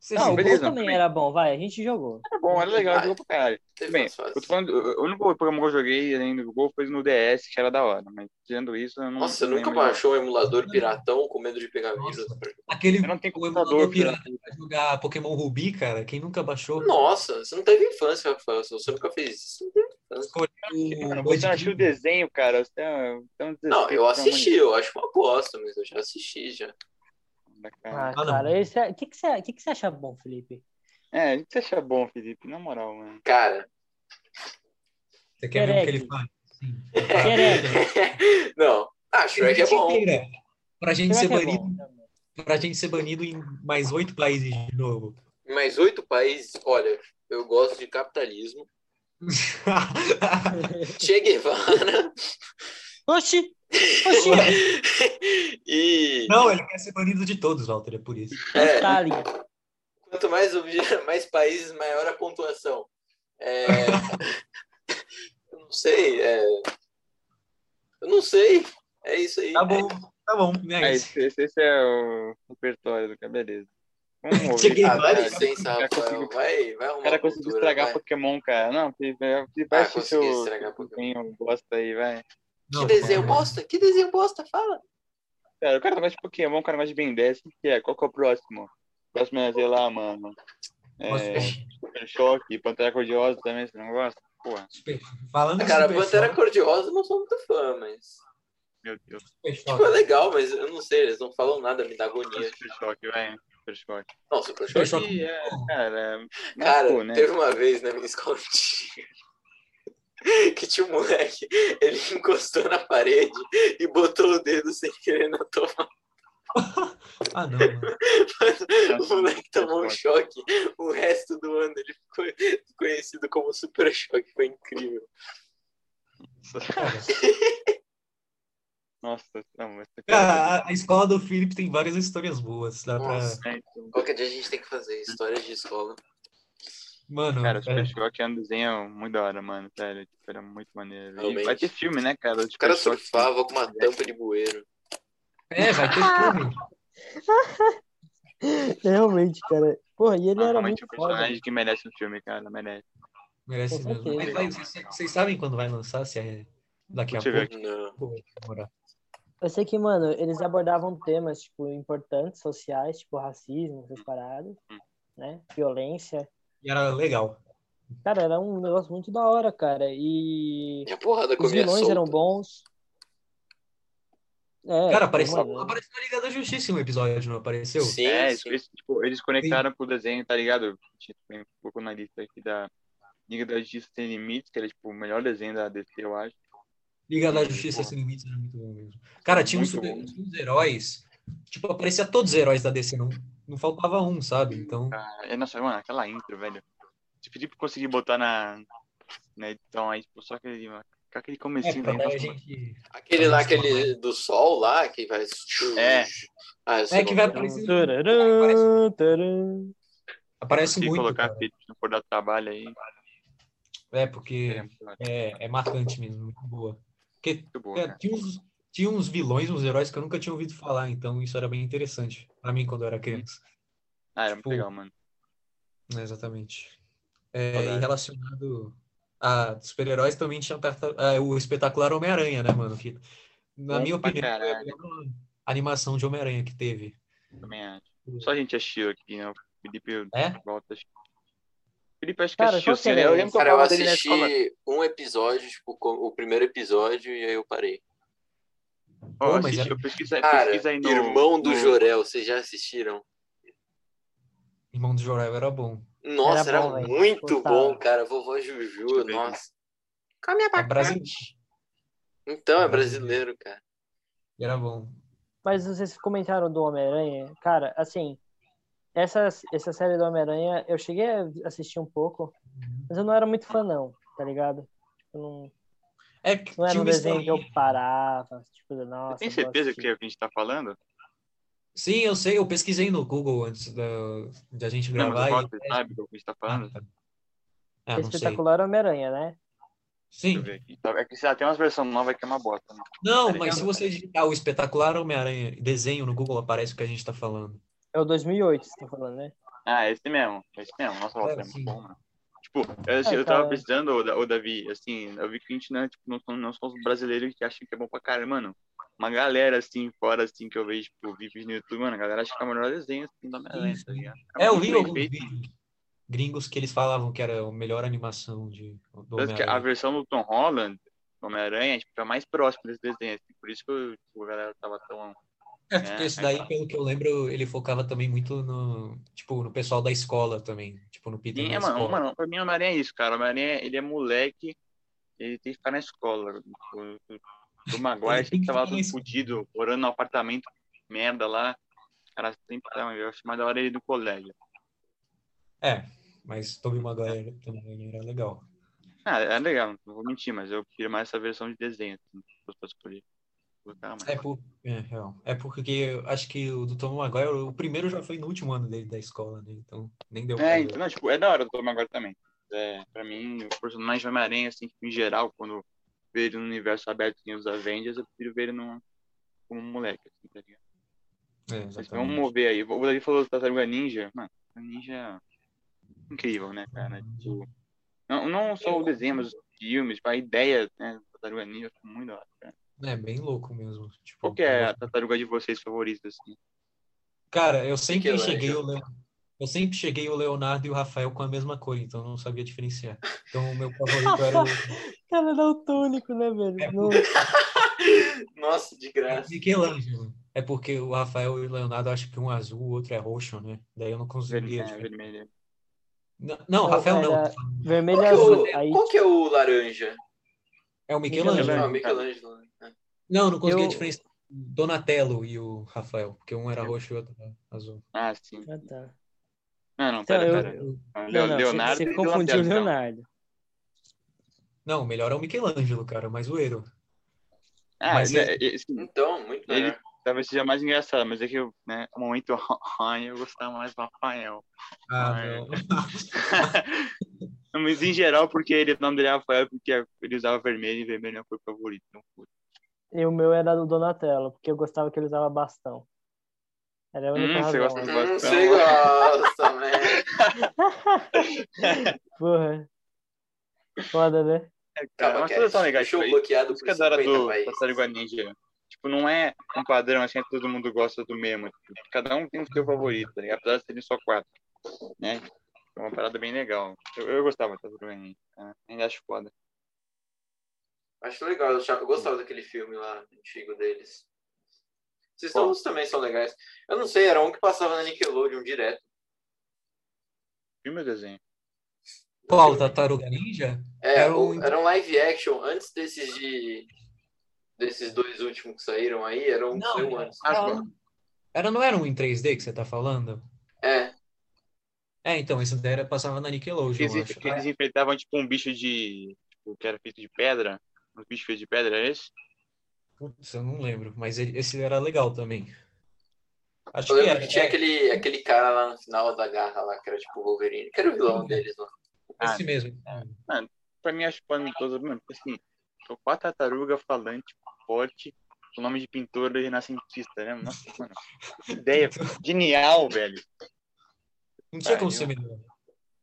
F: Você
C: Não, o
F: se-
E: beleza,
C: Go também
E: também.
C: era bom, vai, a gente jogou.
E: É bom, era legal, jogou pra caralho.
D: Teve
E: Bem,
D: umas fases.
E: Eu tô falando, o único Pokémon que eu joguei além do Go foi no DS, que era da hora, mas tirando isso, eu não.
D: Nossa,
E: não
D: nunca
E: lembro de-
D: baixou um emulador piratão com medo de pegar
F: Nossa.
D: vírus?
F: Aquele
E: Eu não tenho
F: o
E: um computador,
F: emulador
E: cara.
F: pirata pra jogar Pokémon Rubi, cara. Quem nunca baixou?
D: Nossa, você não teve infância, Rafael. Você nunca fez isso. Não, teve infância.
E: Cara,
F: O
E: você não achou o
F: Gold King.
E: desenho, cara. Você é um- você é um
D: não eu
E: desrespeito
D: assisti, eu acho uma bosta, mas eu já assisti já.
E: com a humanidade, cara.
C: Ah,
F: não.
C: cara, esse é- o que, que, você, o que, que você acha bom, Felipe?
E: É, o que você acha bom, Felipe? Na moral, mano.
D: Cara,
F: Você quer ver o que ele
C: Shrek.
F: faz? Sim.
C: Querendo.
D: não. Ah, Shrek é bom.
F: Inteira, Pra gente
C: Será
F: ser
C: que é
F: banido,
C: bom? também?
F: pra gente ser banido em mais oito países de novo.
D: Mas oito países, olha, eu gosto de capitalismo. Che Guevara
C: Oxi! Oxi!
D: e.
F: Não, ele quer ser banido de todos, Walter, é por isso.
D: É,
C: Stalin.
D: quanto mais, obje- mais países, maior a pontuação. É, eu não sei. é, Eu não sei. É isso aí.
F: Tá bom, tá bom, né?
E: Ah, esse, esse- esse é o repertório do cara, beleza. Vamos ouvir.
F: Cheguei.
D: Ah, dá
E: Cara,
D: licença,
E: já
D: Rafael.
E: consigo-
D: Vai, vai arrumar
E: O cara conseguiu
D: cultura,
E: estragar
D: vai.
E: Pokémon, cara. Não, Felipe, é- Felipe, vai
D: Ah,
E: assistir
D: consegui
E: seu
D: estragar Pokémon.
E: desenho bosta aí, vai.
D: que
F: Não,
D: desenho
F: cara.
D: bosta? Que desenho bosta? Fala.
E: Cara, o cara gosta de Pokémon, o cara gosta de Ben 10. O que é? Qual que é o próximo? O próximo é, sei lá, mano. É,
F: Nossa,
E: Super Choque, Pantera Cordiosa também, você não gosta? Porra,
F: super- Falando em
D: Cara,
F: Super
D: Pantera
F: Choque,
D: Cordiosa eu não sou muito fã, mas.
E: meu Deus.
F: Super
D: Tipo, é
F: Choque.
D: legal, mas eu não sei, eles não falam nada, me dá agonia.
E: Super Choque, vai. Super Choque.
D: Não, Super
F: Super
D: Choque.
F: Choque.
E: é, cara,
D: Cara,
E: marcou, né?
D: teve uma vez na minha escola antiga que tinha um moleque, ele encostou na parede e botou o dedo sem querer na tomada.
F: Ah, não, mano.
D: O moleque
F: é
D: tomou um choque. O resto do ano ele ficou conhecido como Super Choque. Foi incrível.
F: Cara,
E: Nossa, não, mas...
C: Ah.
F: cara, É, a- a escola do Felipe tem várias histórias boas. Dá pra...
D: Nossa.
E: É, então,
D: Qualquer dia a gente tem que fazer história de escola.
F: Mano,
E: Cara, o
F: é-
E: Super Choque é um desenho muito da hora, mano. Sério, tipo, era muito maneiro. E
D: Realmente.
E: vai ter filme, né, cara?
D: O
E: Super
D: cara
E: Choque.
D: surfava com uma tampa de bueiro.
F: é, vai ter
C: Ah,
F: filme.
C: Realmente, cara. Porra, e ele
E: Ah,
C: era
E: Realmente
C: muito
E: um
C: foda.
E: personagem que merece um filme, cara. Merece.
F: Merece
C: Com
F: mesmo. Mas
C: certeza.
F: vai- vocês, vocês sabem quando vai lançar? Se é daqui a
E: Deixa eu ver
F: pouco?
E: aqui.
D: Não.
F: Pô, vai demorar.
C: Eu sei que, mano, eles abordavam temas, tipo, importantes, sociais, tipo, racismo, essas paradas,
D: Hum.
C: né? Violência.
F: E era legal.
C: Cara, era um negócio muito da hora, cara. E
D: Minha porrada
C: os
D: comia
C: vilões
D: solta.
C: eram bons. É,
F: Cara, apareceu,
C: mano,
F: apareceu na Liga da Justiça um episódio, não apareceu?
D: Sim,
E: É, isso,
D: sim.
E: isso, tipo, eles conectaram com o desenho, tá ligado? Tipo, um pouco na lista aqui da Liga da Justiça Sem Limites, que era tipo o melhor desenho da DC, eu acho.
F: Liga da Justiça
E: Porra.
F: Sem Limites era muito bom mesmo. Cara, tinha uns,
E: Muito
F: super-
E: bom.
F: tinha uns heróis. Tipo, aparecia todos os heróis da DC, não, não faltava um, sabe? Então,
E: Ah, É, nossa, mano, aquela intro, velho. Se o Felipe conseguir botar na, na edição aí, tipo, só aquele, com aquele
F: é,
E: comecinho
F: pra
E: aí,
F: dar a
E: nossa,
F: gente.
D: Aquele lá, aquele do sol lá, que vai.
E: É.
D: Ah, eu sei
F: É que
D: o
F: vai
D: nome.
F: aparecer.
C: Tararã, tararã.
F: Aparece
E: se
F: muito.
E: colocar
F: cara.
E: Felipe se não for dar trabalho aí,
F: É,
E: seria
F: porque
E: muito da hora.
F: é, é marcante mesmo, muito boa. Porque
E: muito bom,
F: é,
E: cara.
F: tinha, uns, tinha uns vilões, uns heróis que eu nunca tinha ouvido falar, então isso era bem interessante pra mim quando eu era
E: Uhum.
F: criança.
E: Ah, era muito
F: tipo,
E: legal, mano.
F: É, Exatamente. É,
E: Saudade.
F: e relacionado a super-heróis também tinha o Tartar- ah, o espetacular Homem-Aranha, né, mano? Que, na
E: Bom
F: minha
E: pra
F: opinião, foi a
E: caralho.
F: melhor animação de Homem-Aranha que teve.
E: Também acho. Só a gente assistiu aqui, né? O Felipe
F: É?
E: volta. acho- Felipe acho que
C: Cara,
E: assistiu,
C: qual que
E: sim, né?
C: era
E: Eu lembro que eu
D: Cara, eu
E: falava dele na escola.
D: assisti um episódio, tipo, com- o primeiro episódio, e aí eu parei.
E: Ó,
F: Pô, mas
E: assisti-
F: era-
E: eu pesquisa,
D: Cara,
E: É, pesquisa aí no.
D: Irmão do
E: no-
D: Jorel, vocês já assistiram?
F: Irmão do Jorel era bom.
D: Nossa, era,
C: Era bom, velho.
D: muito
C: Gostava.
D: bom, cara. Vovó
E: Deixa
D: Juju,
E: eu ver aqui.
D: nossa. Come
F: É brasileiro.
D: Então é brasileiro, cara.
F: E Era bom.
C: Mas vocês comentaram do Homem-Aranha, cara, assim, essa, essa série do Homem-Aranha, eu cheguei a assistir um pouco, mas eu não era muito fã, não, tá ligado? Eu não,
F: É que
C: não era
F: tinha
C: um
F: uma
C: desenho que eu
F: historinha.
C: parava, tipo,
E: Você
C: nossa.
E: tem
C: eu vou
E: certeza é
C: assistir.
E: que é o que a gente tá falando?
F: Sim, eu sei, eu pesquisei no Google antes da, de a gente
E: Não, mas
F: gravar.
E: o
F: e-
E: Walter sabe do que a gente tá falando. Deixa
F: Ah, não sei.
C: Espetacular Homem-Aranha, né?
E: eu
F: Sim.
E: ver aqui. É que ah, tem umas versões novas que é uma bosta. Né?
F: Não,
E: Tá
F: mas
E: ligado?
F: se você digitar o espetacular Homem-Aranha e desenho no Google, aparece o que a gente tá falando.
C: É o 2008, você tá falando, né?
E: Ah, esse mesmo. Esse mesmo. Nossa, o Walter é,
F: É, sim.
E: muito bom, mano. Tipo, eu, assim,
C: É,
E: eu tava
C: cara.
E: precisando, ô, Da- ô, Davi, assim, eu vi que a gente não, é, tipo, não, são- não são os brasileiros que acham que é bom pra caralho, mano. Uma galera, assim, fora, assim, que eu vejo, tipo, vídeos no YouTube, mano, a galera acha que é o melhor desenho, assim, da Homem-Aranha,
F: Sim,
E: tá
F: sim.
E: ligado?
F: É, eu
E: muito
F: vi
E: bem
F: alguns
E: feito.
F: vídeos gringos que eles falavam que era a melhor animação de, do
E: Tanto que a
F: Homem-Aranha.
E: versão do Tom Holland, do Homem-Aranha, tipo, é mais próxima desse desenho, assim, por isso que eu- tipo, a galera tava tão... né,
F: É, porque esse daí, pelo que eu lembro, ele focava também muito no, tipo, no pessoal da escola também. Tipo, no Peter
E: Sim,
F: da
E: é, mano,
F: escola.
E: mano, pra mim o Homem-Aranha é isso, cara, o Homem-Aranha, ele é moleque, ele tem que ficar na escola, o, o Maguire
F: Ele tem
E: sempre
F: que
E: tava
F: ficar na
E: todo
F: escola.
E: fudido, morando no apartamento, merda lá, cara, sempre tava, eu acho mais da hora ele do colégio.
F: É, mas Tobey Maguire também era legal.
E: Ah, é legal, não vou mentir, mas eu prefiro mais essa versão de desenho, assim, se fosse pra escolher. Vou colocar, mano.
F: É, por, é, real. É porque eu acho que o do Tobey Maguire, o primeiro já foi no último ano dele da escola, né? Então, nem deu pra
E: É,
F: ver.
E: então, não, tipo, é da hora do Tom agora também. É, pra mim, o personagem Homem-Aranha, assim, tipo, em geral, quando vê ele no universo aberto em os Avengers, eu prefiro ver ele num, como um moleque, assim, tá ligado?
F: É,
E: Mas vamos
F: exatamente.
E: mover aí. O Davi falou tá do Tartaruga Ninja. Mano, Tartaruga ninja é incrível, né, cara? Tipo, não, não só o desenho, mas os filmes, tipo, a ideia, né, do Tartaruga Ninja, eu acho muito da hora, cara.
F: É, bem louco mesmo. Tipo,
E: Qual que é a Tartaruga de vocês favorita, assim?
F: Cara, eu sempre
D: Michelangelo.
F: cheguei é o Leon- eu sempre cheguei o Leonardo e o Rafael com a mesma cor, então eu não sabia diferenciar. Então o meu favorito era o
C: Cara, dá o tônico, né, velho?
F: É
C: Não-
D: Nossa, de graça.
F: Michelangelo. É porque o Rafael e o Leonardo acham que um é azul, o outro é roxo, né? Daí eu não conseguia.
E: Vermelha,
F: tipo,
E: vermelha.
F: Não, não,
C: Não,
F: Rafael não.
C: era-
D: Qual
C: Vermelho
D: que,
C: e
D: é
C: azul.
D: o,
C: Aí,
D: qual que é o laranja?
F: É o Michelangelo.
E: Michelangelo.
D: Ah, Michelangelo. né?
F: Não, não conseguia
C: Eu-
F: diferenciar o Donatello e o Rafael, porque um era roxo e o outro era azul.
E: Ah, sim.
C: Ah, tá.
E: Não, não,
C: Então,
E: pera,
C: eu-
E: pera.
F: eu-
E: Não,
C: Não, não,
E: Leonardo
C: você
E: e
C: confundiu o
E: Donatello, então.
C: Leonardo.
F: Não, o melhor é o Michelangelo, cara, mais zoeiro.
E: Ah,
F: Mas é-
E: né, esse-
D: Então, muito
E: Ele-
D: melhor.
E: talvez seja mais engraçado, mas é que eu, né, no momento ai, eu gostava mais do Rafael.
F: Ah,
E: Ah, é.
F: não.
E: Não, mas em geral, porque ele, o nome dele é Rafael, porque ele usava vermelho e vermelho é a cor favorita. Não foi.
C: E o meu era do Donatello, porque eu gostava que ele usava bastão. Era a única
E: Hum, você
C: razão.
E: gosta
C: né?
E: do-
D: Hum, você gosta, né?
C: Porra. Foda, né?
E: É, cara,
D: Acaba
E: mas
D: que
E: todas são
D: é
E: legais.
D: show
E: Tipo, isso
D: bloqueado
E: que é
D: por
E: da hora
D: 50
E: do
D: países.
E: Tartaruga Ninja. Tipo, não é um padrão assim, que todo mundo gosta do mesmo. Tipo, cada um tem o seu favorito, tá ligado? apesar de serem só quatro. Né? É uma parada bem legal. Eu, eu gostava do Tartaruga Ninja. né? Ainda acho foda.
D: Acho legal, eu, achava- eu gostava daquele filme lá, antigo deles. Esses
E: Qual?
D: novos também são legais. Eu não sei, era um que passava na Nickelodeon direto.
E: Filme ou desenho?
F: Qual, Tartaruga Ninja?
D: É,
F: Era
D: era
F: um-
D: um... era um live action antes desses de. Desses dois últimos que saíram aí, era um que
F: Não,
D: saiu antes.
E: Ah,
F: Ela, ela não era um em 3D que você tá falando?
D: É,
F: É, então, esse daí era, passava na
E: Que
F: Nickelodeon, eu
E: eles,
F: acho.
E: que eles enfrentavam tipo um bicho de. Tipo, que era feito de pedra. Um bicho feito de pedra, é esse?
F: Putz, eu não lembro, mas ele- esse era legal também. Acho
D: eu
F: que
D: lembro
F: era. é,
D: que tinha né? aquele, aquele cara lá no final da garra lá, que era tipo o Wolverine, que era o vilão deles, mano.
E: Ah,
F: Esse mesmo.
E: pra mim acho panitoso, mano. porque, Assim, são quatro tartarugas falante, forte, o nome de pintor renascentista, né? Nossa, mano. Que ideia genial, velho.
F: Não tinha como
E: Ah, eu-
F: ser melhor.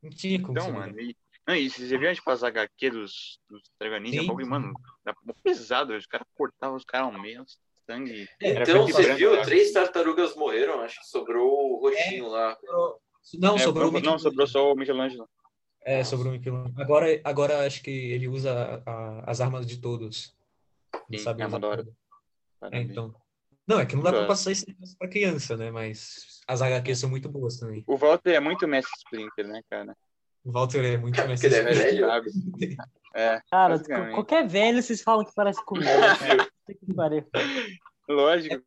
F: Não tinha como
E: Então,
F: ser
E: mano.
F: melhor.
E: E, não, e vocês já viram, tipo, as HQ dos, dos Tartaruga Ninja?
F: Sim.
E: O bagulho, mano, era mó pesado. Os caras cortavam os caras ao meio, sangue.
F: É,
E: Era
D: Então,
E: preto e
D: você
E: branco,
D: viu?
E: cara.
D: Três tartarugas morreram, acho que sobrou o roxinho lá.
F: Não,
E: É,
F: sobrou o
E: não,
F: Michelangelo.
E: sobrou só o Michelangelo.
F: É, sobrou o Michelangelo. Agora, agora acho que ele usa a- as armas de todos. Não
E: Sim,
F: sabe
E: é
F: usar
E: uma da hora.
F: nada. É,
E: Parabéns.
F: então. Não, é que não dá
E: Da
F: pra
E: hora.
F: passar esse negócio pra criança, né? Mas as HQs são muito boas também.
E: O Walter é muito mestre Splinter, né, cara?
F: O Walter é muito mais
D: Porque ele é velho.
E: Sabe? É,
C: Cara,
E: Basicamente.
C: qualquer velho vocês falam que parece comigo. cara. Puta que pariu.
E: lógico,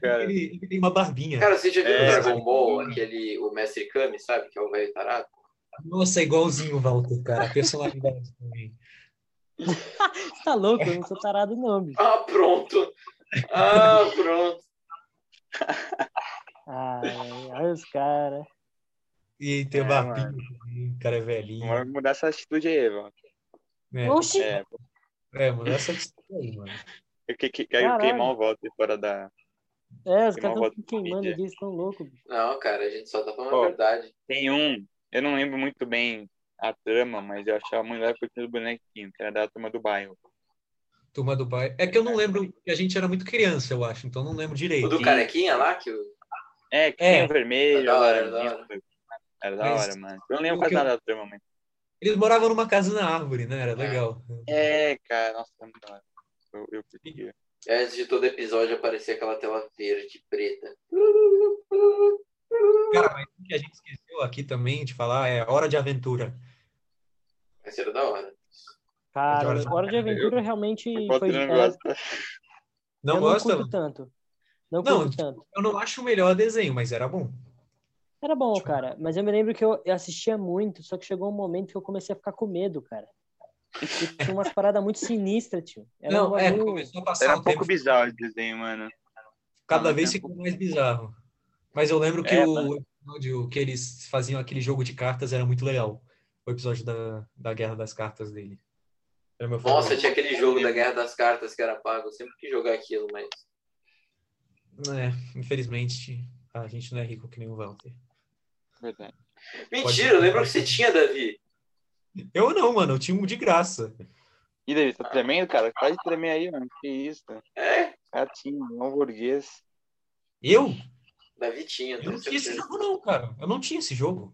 E: cara.
F: Ele, ele tem uma barbinha.
D: Cara, você já viu
E: É.
D: o Dragon Ball, aquele, o Mestre Kami, sabe? Que é o velho tarado?
F: Nossa, é igualzinho o Walter, cara. A personalidade também.
C: Você tá louco? Eu não sou tarado, não, bicho.
D: Ah, pronto! Ah, pronto!
C: Ai, olha os caras.
F: E tem
E: É,
F: uma barbicha, o cara é velhinho.
E: Bora mudar essa atitude aí, mano.
F: É,
C: Oxi!
E: É,
F: é, mano, essa atitude aí, mano.
E: eu que, que, quero
C: Caralho.
E: queimar o voto fora da.
C: É, os
E: Tem uma
C: caras
E: voz
C: estão queimando
E: mídia.
C: aqui, estão loucos.
D: Não, cara, a gente só tá falando
E: Ó.
D: a verdade.
E: Tem um, eu não lembro muito bem a trama, mas eu achava muito legal porque tinha os bonequinhos, que era da turma do bairro.
F: Turma do bairro. É que eu não lembro, que a gente era muito criança, eu acho, então não lembro
D: O
F: direito.
D: do carequinha lá, que o...
E: É, que
F: É.
E: tinha o vermelho,
D: Era da hora,
E: o laranjinha.
D: era da
E: Era da
F: Mas-
E: hora, mano. Eu não lembro
F: O
E: quase
F: que eu-
E: nada da trama, mas.
F: Eles moravam numa casa na árvore, né? Era legal.
E: É, cara, nossa, é muito da hora. Eu, eu curti.
D: é antes de todo episódio aparecia aquela tela verde, preta.
F: O que a gente esqueceu aqui também de falar é Hora de Aventura.
D: Mas era da hora.
C: Cara,
F: Hora de
C: Hora de Aventura realmente
E: Eu gosto
C: foi.
E: de um
C: é,
E: negócio.
F: Não
C: eu
F: gosta?
C: não curto tanto. Não
F: Não,
C: curto tanto.
F: Eu não acho o melhor desenho, mas era bom.
C: Era bom, cara. Mas eu me lembro que eu eu assistia muito, só que chegou um momento que eu comecei a ficar com medo, cara. Porque tinha umas paradas muito sinistras, tio. Era um
F: não, é,
C: bagulho-
F: começou a passar
E: Era
F: o
E: um pouco
F: tempo,
E: bizarro esse desenho, mano.
F: cada
E: Não,
F: vez
E: era um
F: ficou mais bizarro. Mas eu lembro que
E: É,
F: o episódio que eles faziam aquele jogo de cartas era muito legal. O episódio da, da Guerra das Cartas dele. Era meu
D: Nossa,
F: favorito.
D: tinha aquele jogo da Guerra das Cartas que era pago. Eu sempre quis jogar aquilo, mas...
F: É, infelizmente, a gente não é rico que nem o Walter.
E: Verdade.
D: Mentira, eu lembro que você tinha, Davi.
F: Eu não, mano, eu tinha um de graça.
E: E daí, tá tremendo, cara? Pode tremer aí, mano. Que isso?
D: É,
E: Gatinho, não burguês.
F: Eu?
D: Davi tinha.
F: Eu não
D: tenho
F: tinha esse
D: certeza.
F: jogo, não, cara. Eu não tinha esse jogo.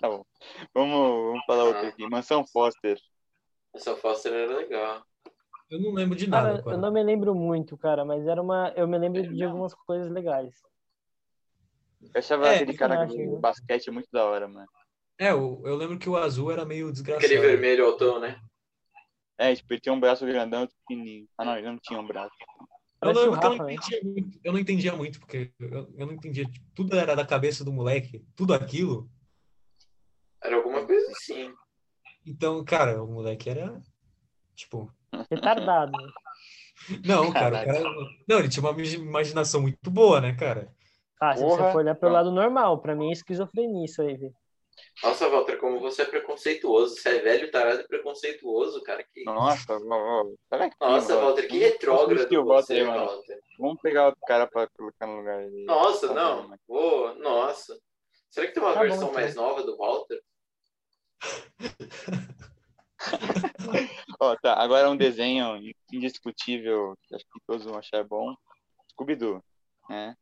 E: Tá bom. Vamos, vamos falar outro aqui. Mansão Foster.
D: Essa Foster era legal.
F: Eu não lembro de nada,
C: Cara,
F: cara.
C: eu não me lembro muito, cara, mas era uma. Eu me lembro de algumas coisas legais.
E: Eu achava
F: É,
E: aquele cara
C: personagem,
E: de
C: né?
E: basquete muito da hora, mano.
F: É, eu, eu lembro que o azul era meio desgraçado.
D: Aquele vermelho altão, né?
E: É, tipo, ele tinha um braço grandão e pequenininho. Ah, não, ele não tinha um braço.
F: Eu
C: Parece o
F: lembro que eu
C: Rafa,
F: não
C: né?
F: entendia muito, eu não entendia muito, porque eu, eu não entendia. tipo, tudo era da cabeça do moleque, tudo aquilo.
D: Era alguma coisa assim.
F: Então, cara, o moleque era. Tipo.
C: Retardado.
D: Ah,
F: Não,
D: tá.
F: cara, o cara. Não, ele tinha uma imagi- imaginação muito boa, né, cara?
C: Ah, se
E: Porra.
C: você for olhar pelo lado normal, pra mim é esquizofrenia isso aí, velho.
D: Nossa, Walter, como você é preconceituoso. Você é velho, tarado e preconceituoso, cara. Que...
E: Nossa, ó, ó. Olha aqui,
D: Nossa,
E: mano.
D: Walter, que
E: Vamos
D: retrógrado
E: discutir o Walter,
D: você, é,
E: mano.
D: Walter.
E: Vamos pegar outro cara pra colocar no lugar dele.
D: Nossa,
E: Tá
D: não.
E: bom, mano.
D: Ô, nossa. Será que tem uma
C: Tá bom,
D: versão
C: então.
D: mais nova do Walter?
E: Ó, tá. Agora um desenho indiscutível que acho que todos vão achar bom. Scooby-Doo. né?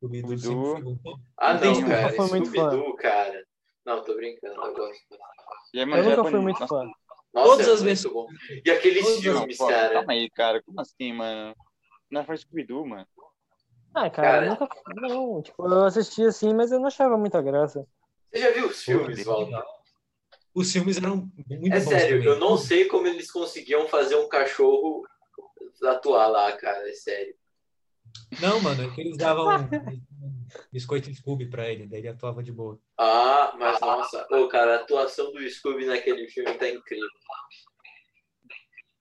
F: O Bidu
E: Bidu.
F: sempre foi um bom.
D: Ah,
C: Não
D: não,
E: entendi,
D: cara.
C: nunca fui muito fã.
D: Scooby-Doo, cara. Não, tô brincando, eu gosto.
E: E é, mano,
C: Eu nunca
E: japonês.
D: um
C: fui muito
E: Nossa,
C: fã.
D: Nossa,
F: Todas
D: é
F: as
D: muito
F: vezes-
D: bom. E aqueles
F: Todas as-
D: filmes,
E: pô,
D: cara.
E: Calma aí, cara. Como assim, mano? Na frente do Scooby-Doo, mano.
C: Ah, cara,
D: Cara.
C: eu nunca. Não, tipo, eu assistia assim, mas eu não achava muita graça.
D: Você já viu os filmes,
F: Pô,
D: Walter?
F: Os filmes eram muito
D: É
F: bons
D: sério,
F: também.
D: eu não sei como eles conseguiam fazer um cachorro atuar lá, cara. É sério.
F: Não, mano, é que eles davam um biscoito Scooby pra ele, daí ele atuava de boa.
D: Ah, mas nossa, ô, cara, a atuação do Scooby naquele filme tá incrível.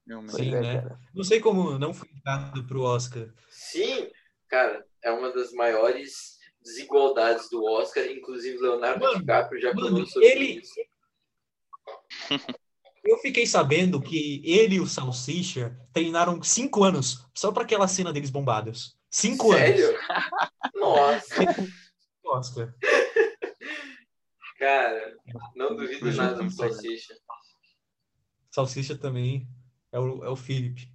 E: Meu, mano.
F: Sim,
C: é,
F: né? Não sei como não foi dado pro Oscar.
D: Sim, cara, é uma das maiores desigualdades do Oscar, inclusive Leonardo
F: Mano,
D: DiCaprio já
F: mano,
D: falou sobre
F: ele-
D: isso.
F: Eu fiquei sabendo que ele e o Salsicha treinaram cinco anos só pra aquela cena deles bombados. Cinco
D: Sério?
F: anos.
D: Nossa,
F: Oscar.
D: cara, não duvido nada do Salsicha.
F: Salsicha também é o, é o Philip.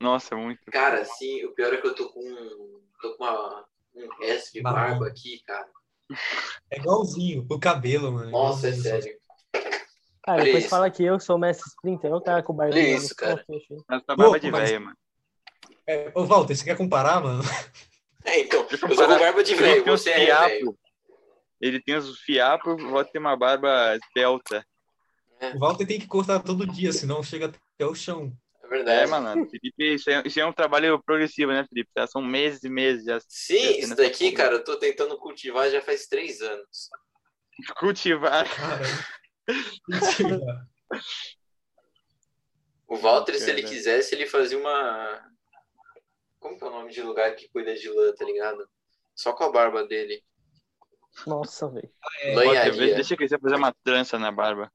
E: Nossa, é muito.
D: Cara, sim, o pior é que eu tô com, um- tô com uma, um resto de
F: Marrom.
D: barba aqui, cara.
F: É igualzinho. O cabelo, mano.
D: Nossa, é
F: igualzinho.
D: sério.
C: Cara,
D: Olha
C: depois
D: isso.
C: fala que eu sou o Mestre Splinter, eu cara com o barulho.
D: Olha isso, cara.
E: Mas tá barba
F: Louco,
E: de
F: mas-
E: velha, mano.
F: É, ô, Walter, você quer comparar, mano?
D: É, então, eu sou com barba de velho, você é velho.
E: Ele tem os fiapos, pode ter uma barba esbelta.
F: O Walter tem que cortar todo dia, senão chega até o chão.
D: É verdade.
E: É, mano. Felipe, isso é, isso é um trabalho progressivo, né, Felipe? Já são meses e meses já
D: Sim, isso daqui, cara, eu tô tentando cultivar já faz três anos.
E: cultivar.
F: Cara.
D: O Walter, se ele
E: Cara.
D: quisesse, ele fazia uma Como que é o nome de lugar que cuida de lã, tá ligado? Só com a barba dele.
C: Nossa, velho.
F: É,
D: Lã e
E: Pode, às vezes
D: areia.
E: deixa crescer pra fazer uma trança na barba.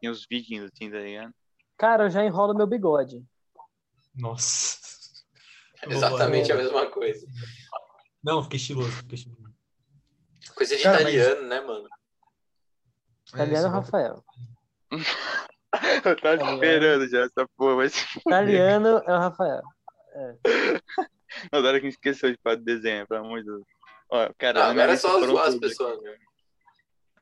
E: Tem os vikings assim, tá ligado?
C: Cara, eu já enrolo meu bigode.
F: Nossa.
D: Exatamente a
F: Boa.
D: mesma coisa.
F: Não, fiquei estiloso. Fiquei estiloso.
D: Coisa de
F: Cara, mas-
D: italiano, né, mano?
C: Italiano,
F: É, essa-
C: Rafael.
E: Eu tava
D: Tá
E: esperando já essa porra, mas
C: Italiano é o Rafael.
E: agora que me esqueceu de falar do desenho, pelo amor de Deus. Ó, cara,
D: Ah,
E: na minha
D: agora é
E: lista
D: só
E: foram
D: zoar as
E: todos
D: pessoas, né?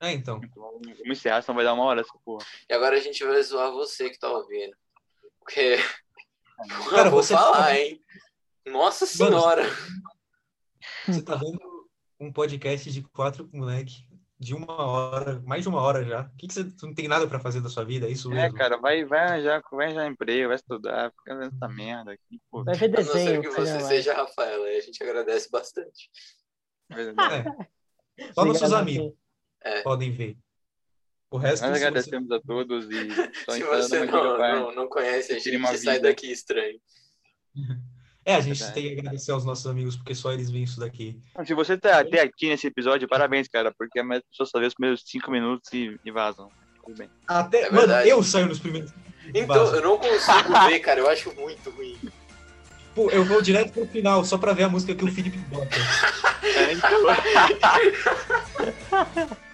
F: Ah, então.
E: aqui. Vamos encerrar, senão vai dar uma hora essa porra.
D: E agora a gente vai zoar você que tá ouvindo. Porque. Porra,
F: Cara,
D: vou
F: você
D: falar,
F: sabe-
D: hein? Nossa
F: Mano,
D: senhora!
F: Você tá vendo um podcast de quatro moleque de uma hora, mais de uma hora já. O que, que você tu não tem nada pra fazer da sua vida? É isso
E: É,
F: mesmo?
E: cara, vai, vai, arranjar, vai arranjar emprego, vai estudar, fica vendo essa merda aqui, pô.
C: Vai ver
D: A não ser
C: desenho.
D: que
C: que você
D: você
C: não vai.
D: seja a Rafaela, e a gente agradece bastante. Ah.
E: Nós
F: É. Só nossos
C: Obrigado,
F: amigos
D: É.
F: podem ver. O resto se você-
E: agradecemos a todos e só
D: Se
E: entrando
D: você
E: na
D: não,
E: vai.
D: não, não conhece, a
E: Tire uma
D: gente sai
E: vida.
D: daqui estranho.
F: É, a gente
E: Verdade.
F: tem que agradecer aos nossos amigos, porque só eles veem isso daqui.
E: Se você tá até aqui nesse episódio, parabéns, cara, porque é as pessoas só vê os primeiros cinco minutos e, e vazam. Tudo bem.
F: Até,
D: É
F: mano,
D: verdade.
F: eu saio nos primeiros.
D: Então,
F: Vaza.
D: eu não consigo ver, cara, eu acho muito ruim.
F: Pô, eu vou direto pro final,
E: então,
F: só pra ver a música que o Felipe bota.
E: É, então...